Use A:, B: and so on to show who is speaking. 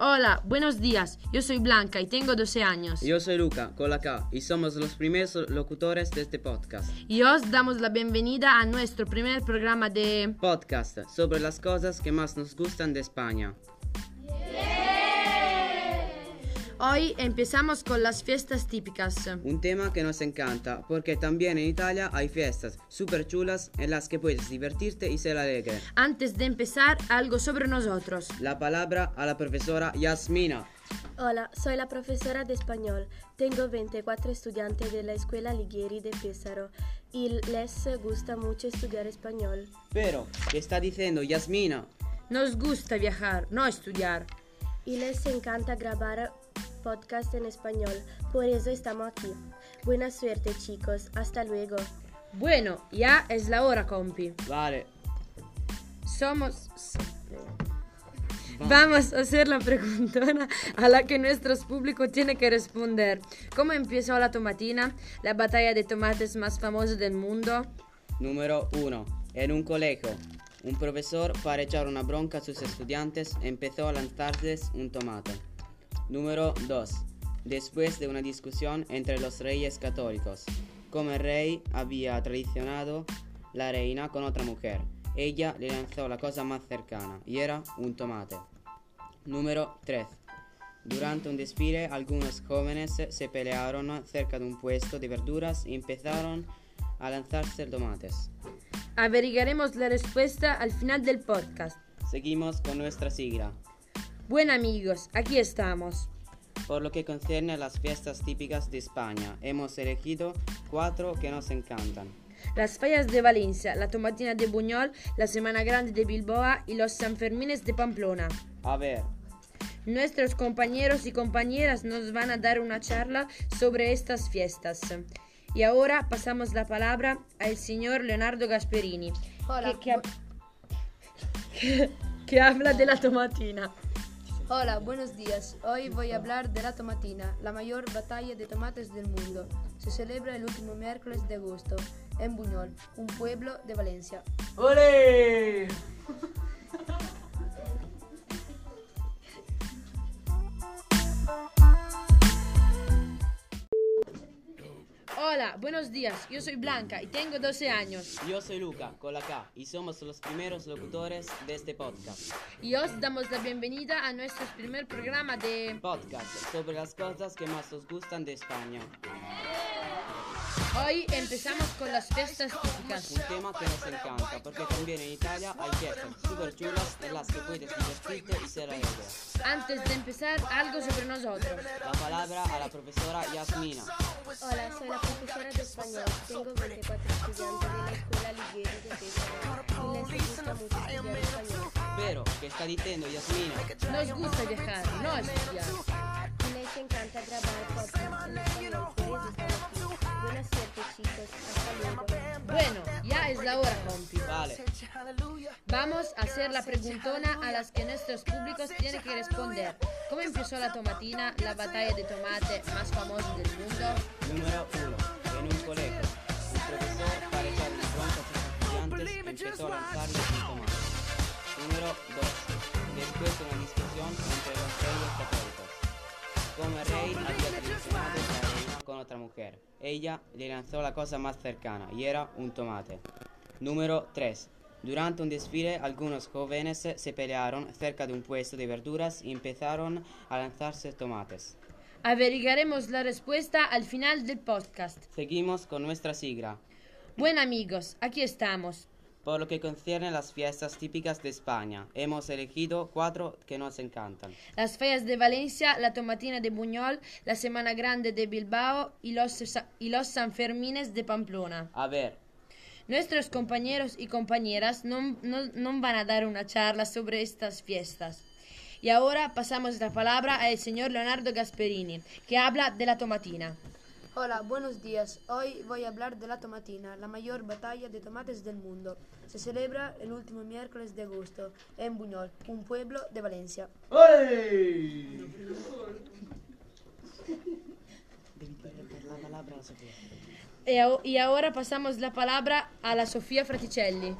A: Hola, buenos días. Yo soy Blanca y tengo 12 años.
B: Yo soy Luca, con la K, y somos los primeros locutores de este podcast.
A: Y os damos la bienvenida a nuestro primer programa de...
B: Podcast sobre las cosas que más nos gustan de España.
A: Hoy empezamos con las fiestas típicas.
B: Un tema que nos encanta, porque también en Italia hay fiestas súper chulas en las que puedes divertirte y ser alegre.
A: Antes de empezar, algo sobre nosotros.
B: La palabra a la profesora Yasmina.
C: Hola, soy la profesora de español. Tengo 24 estudiantes de la Escuela Lighieri de Pesaro y les gusta mucho estudiar español.
B: Pero, ¿qué está diciendo Yasmina?
A: Nos gusta viajar, no estudiar.
C: Y les encanta grabar podcast en español, por eso estamos aquí. Buena suerte chicos, hasta luego.
A: Bueno, ya es la hora, compi.
B: Vale.
A: Somos... Vamos a hacer la preguntona a la que nuestro público tiene que responder. ¿Cómo empezó la tomatina, la batalla de tomates más famosa del mundo?
B: Número 1. En un colegio, un profesor para echar una bronca a sus estudiantes empezó a lanzarles un tomate. Número 2. Después de una discusión entre los reyes católicos, como el rey había traicionado la reina con otra mujer, ella le lanzó la cosa más cercana y era un tomate. Número 3. Durante un desfile algunos jóvenes se pelearon cerca de un puesto de verduras y empezaron a lanzarse tomates.
A: Averiguaremos la respuesta al final del podcast.
B: Seguimos con nuestra sigla.
A: Buen amigos, aquí estamos.
B: Por lo que concierne a las fiestas típicas de España, hemos elegido cuatro que nos encantan.
A: Las fallas de Valencia, la tomatina de Buñol, la Semana Grande de Bilboa y los Sanfermines de Pamplona.
B: A ver,
A: Nuestros compañeros y compañeras nos van a dar una charla sobre estas fiestas. Y ahora pasamos la palabra al señor Leonardo Gasperini,
D: Hola.
A: que- que ha- que habla de la tomatina.
D: Hola, buenos días. Hoy voy a hablar de la tomatina, la mayor batalla de tomates del mundo. Se celebra el último miércoles de agosto en Buñol, un pueblo de Valencia.
A: Hola, buenos días. Yo soy Blanca y tengo 12 años.
B: yo soy Luca, con la K, y somos los primeros locutores de este podcast.
A: Y os damos la bienvenida a nuestro primer programa de...
B: Podcast sobre las cosas que más os gustan de España.
A: Hoy empezamos con las fiestas típicas.
B: Un tema que nos encanta, porque también en Italia hay fiestas súper chulas en las que puedes divertirte y ser alegre.
A: Antes de empezar, algo sobre nosotros.
B: La palabra a la profesora Yasmina.
C: Hola, soy la profesora de español. Tengo 24 estudiantes de la Escuela Lighieri de Pesaro y les gusta mucho estudiar español.
B: Pero, ¿qué está diciendo Yasmina?
A: Nos gusta viajar, no estudiar.
C: Y les encanta grabar podcast en español, por eso estamos aquí. Buena suerte chicos, hasta luego.
A: Bueno, ya es la hora, compi.
B: Vale,
A: Vamos a hacer la preguntona a las que nuestros públicos tienen que responder. ¿Cómo empezó la tomatina, la batalla de tomate más famosa del mundo?
B: número uno. En un colegio, un profesor para echar una bronca a sus estudiantes empezó a lanzarles un tomate. Número dos. Después de una discusión entre los reyes católicos. Como el rey había traicionado a la reina con otra mujer, ella le lanzó la cosa más cercana y era un tomate. Número 3. Durante un desfile, algunos jóvenes se pelearon cerca de un puesto de verduras y empezaron a lanzarse tomates.
A: Averiguaremos la respuesta al final del podcast.
B: Seguimos con nuestra sigla.
A: Buen amigos, aquí estamos.
B: Por lo que concierne a las fiestas típicas de España, hemos elegido cuatro que nos encantan.
A: Las fallas de Valencia, la tomatina de Buñol, la Semana Grande de Bilbao y los, Sa- y los Sanfermines de Pamplona.
B: A ver,
A: Nuestros compañeros y compañeras no, no- no van a dar una charla sobre estas fiestas. Y ahora pasamos la palabra al señor Leonardo Gasperini, que habla de la tomatina.
D: Hola, buenos días. Hoy voy a hablar de la tomatina, la mayor batalla de tomates del mundo. Se celebra el último miércoles de agosto en Buñol, un pueblo de Valencia.
B: la palabra no se puede.
A: Y, ao- y ahora pasamos la palabra a la Sofía Fraticelli.